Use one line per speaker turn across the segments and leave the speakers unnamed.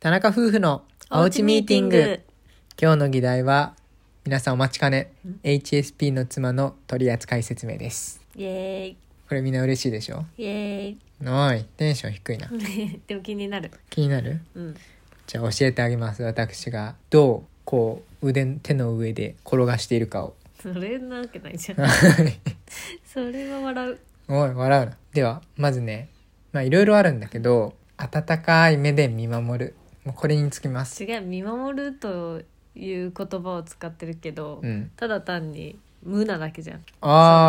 田中夫婦のおうちミーティング。今日の議題は皆さんお待ちかね HSP の妻の取扱説明です
イエ
これみんな嬉しいでしょ
ーイイエ
おいテンション低いな
ーイでも気になる
気になる
うん
じゃあ教えてあげます私がどうこう腕手の上で転がしているかを
それなわけないじゃん
はい
それは笑う
おい笑うなではまずねまあいろいろあるんだけど温かい目で見守るもうこれにつきます
違う見守るという言葉を使ってるけど、
うん
ただ単に無なだけじゃん
お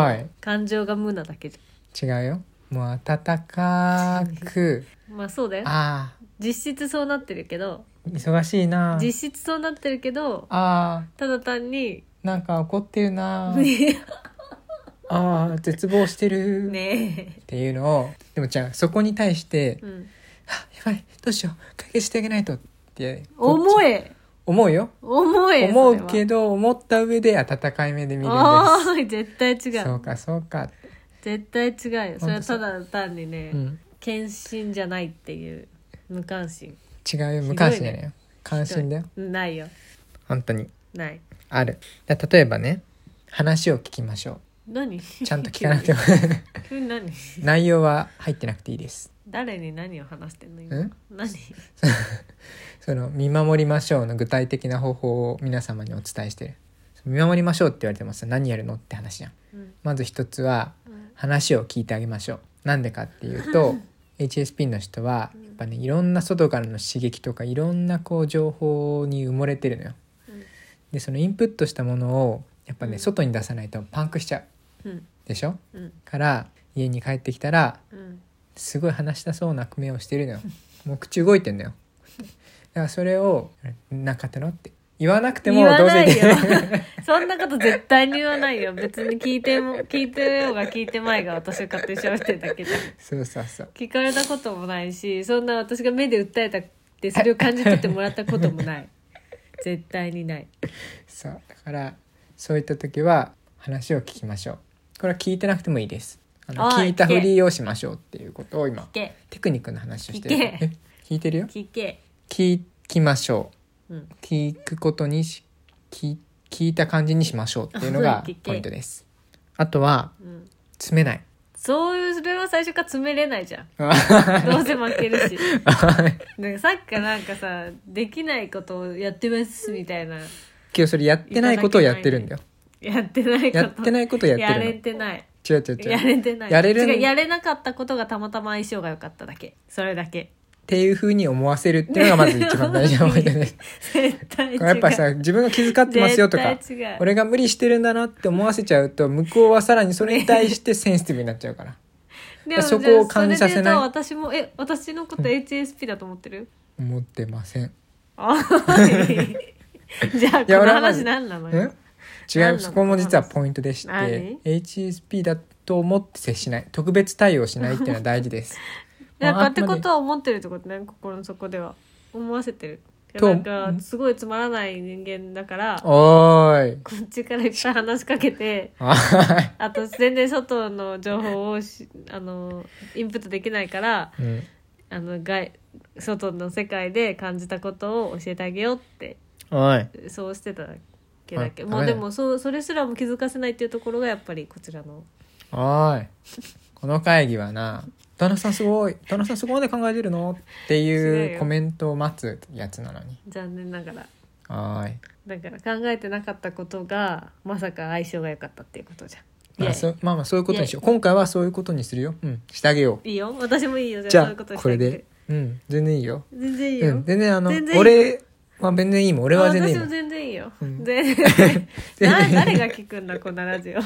ーい
感情が無なだけじ
違うよもう温かく
ゃんまあそうだよ
あ
実質そうなってるけど
あ忙しいな
実質そうなってるけど
ああ
ただ単に
なんか怒ってるなぁ
ね
ああ絶望してる、
ね
っていうのをでもじゃあそこに対して
え、うん、
「あやばいどうしよう解決してあげないと」って
重
い
え
思うよ
重え
思うけ
ど
ど思った上で温かい目で見るん
あ
で
あ絶対違
すそう
う
かそうか、
絶対違うよそれ
本
は
当そ
た
う
だ単にね、
うん、
献身じゃないっていう無関心
違うよ
ひどいね
無関心じゃないよ関心だよ
ないよ
本当に
ない
あるだ例えばね話を聞きましょ
何
うちゃんと聞
急
か
に
なくて も
急に何
内容は入ってなくていいです
誰に何を話してんの
う
今
ん
何
その「見守りましょう」の具体的な方法を皆様にお伝えしてる「見守りましょう」って言われてます何やるのって話じゃん
うん
まず一つは
うん
話を聞いてあげましょうなんでかっていうと HSP の人はやっぱねいろんな外からの刺激とかいろんなこう情報に埋もれてるのよ
うん
でそのインプットしたものをやっぱ
う
ね
ん
外に出さないとパンクしちゃう
うん
でしょ
うん
から家に帰ってきたら
うん
すごい話したそうな目をして るのよもう口動いてんのよだからそれを「なんかあったの?」って言わなくても
言わ
どう
な
せ
いよ
で
そんなこと絶対に言わないよ別に聞いても聞いてようが聞いてまいが私が勝手に喋ってるだけじゃん
そうそうそう
聞かれたこともないしそんな私が目で訴えたってそれを感じ取ってもらったこともない絶対にない
そうだからそういった時は話を聞きましょうこれは聞いてなくてもいいですあの
おい
聞いたふ
聞
りをしましょうっていうことを今
聞け
テクニックの話をしてる
聞け
え聞いてるよ
聞け
聞きましょ
うん
う聞くことにし聞聞いた感じにしましょうっていうのが
聞け
ポイントですあとは
うん
詰めない
そういうそれは最初から詰めれないじゃ んどうせ負けるしなんかさっきからなんかさできないことをやってますみたいな
今日それやってないことをやってるんだよ
やってないこと
やってないことをやってる
や
の
れてない
違う違う違う
やれてない
やれる
違うやれなかったことがたまたま相性が良かっただけそれだけ
っていうふうに思わせるっていうのがまず一番大事なポイ ントです
絶対違う
やっぱさ自分が気遣ってますよとか
絶対違う
俺が無理してるんだなって思わせちゃうと向こうはさらにそれに対してセンシティブになっちゃうから
でも
そこを感じさせない
じゃあそれで言うと私もえ私のこと HSP だと思ってる
思ってません
あ じゃあこの話何なの
ん
よ
違
何な
う
の
そこも実はポイントでして
何
HSP だと思って接しない特別対応しないっていうのは大事です
なんかってことは思ってるってことね心の底では思わせてる
と
なんかすごいつまらない人間だからこ
おーい
っちからいっぱい話しかけて
は
あと全然外の情報をしあのインプットできないから
い、うん、
あの外外の世界で感じたことを教えてあげようって
おい
そうしてただけだけ
あ
どもう
ダメだ
でもそうそれすらも気づかせないっていうところがやっぱりこちらの
おーいこの会議はな旦那さんすごい旦那さんそこまで考えてるのって
違う
いう
よ
コメントを待つやつなのに
残念ながら
おーい
だから考えてなかったことがまさか相性が良かったっていうことじゃん。
ま
イエ
あ、
イ
そうまあまあそういうことにしよう今回はそういうことにするようんしてあげよ
いいよ私もいいよ
うじ
じゃあそ
ゃ
ういうこ
あ
と
これでうん全然いいよ
全然いいよ、
うん全然あの
全然いいよ
俺は全然いいもん俺は全然いい
あ
も
私も
ん
全然いいよ、
うん
全然
全
な
然いい
誰が聞くんだこんなラジオ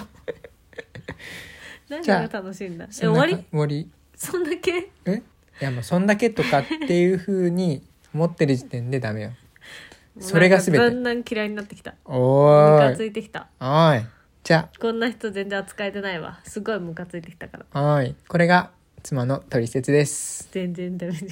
何
じゃあ
が楽しいんだ
そ
え終
んなか
わり
終わり
そんだけ
えいやもうそんだけとかっていうふうに思ってる時点でダメよ それが全て
なんかだんだん嫌いになってきた
お
ムカつ
ーい
いてきた
おーいじゃ
こんな人全然扱えてないわすごいムカついてきたから
あおーいこれが妻の取説です
全然ダメじゃん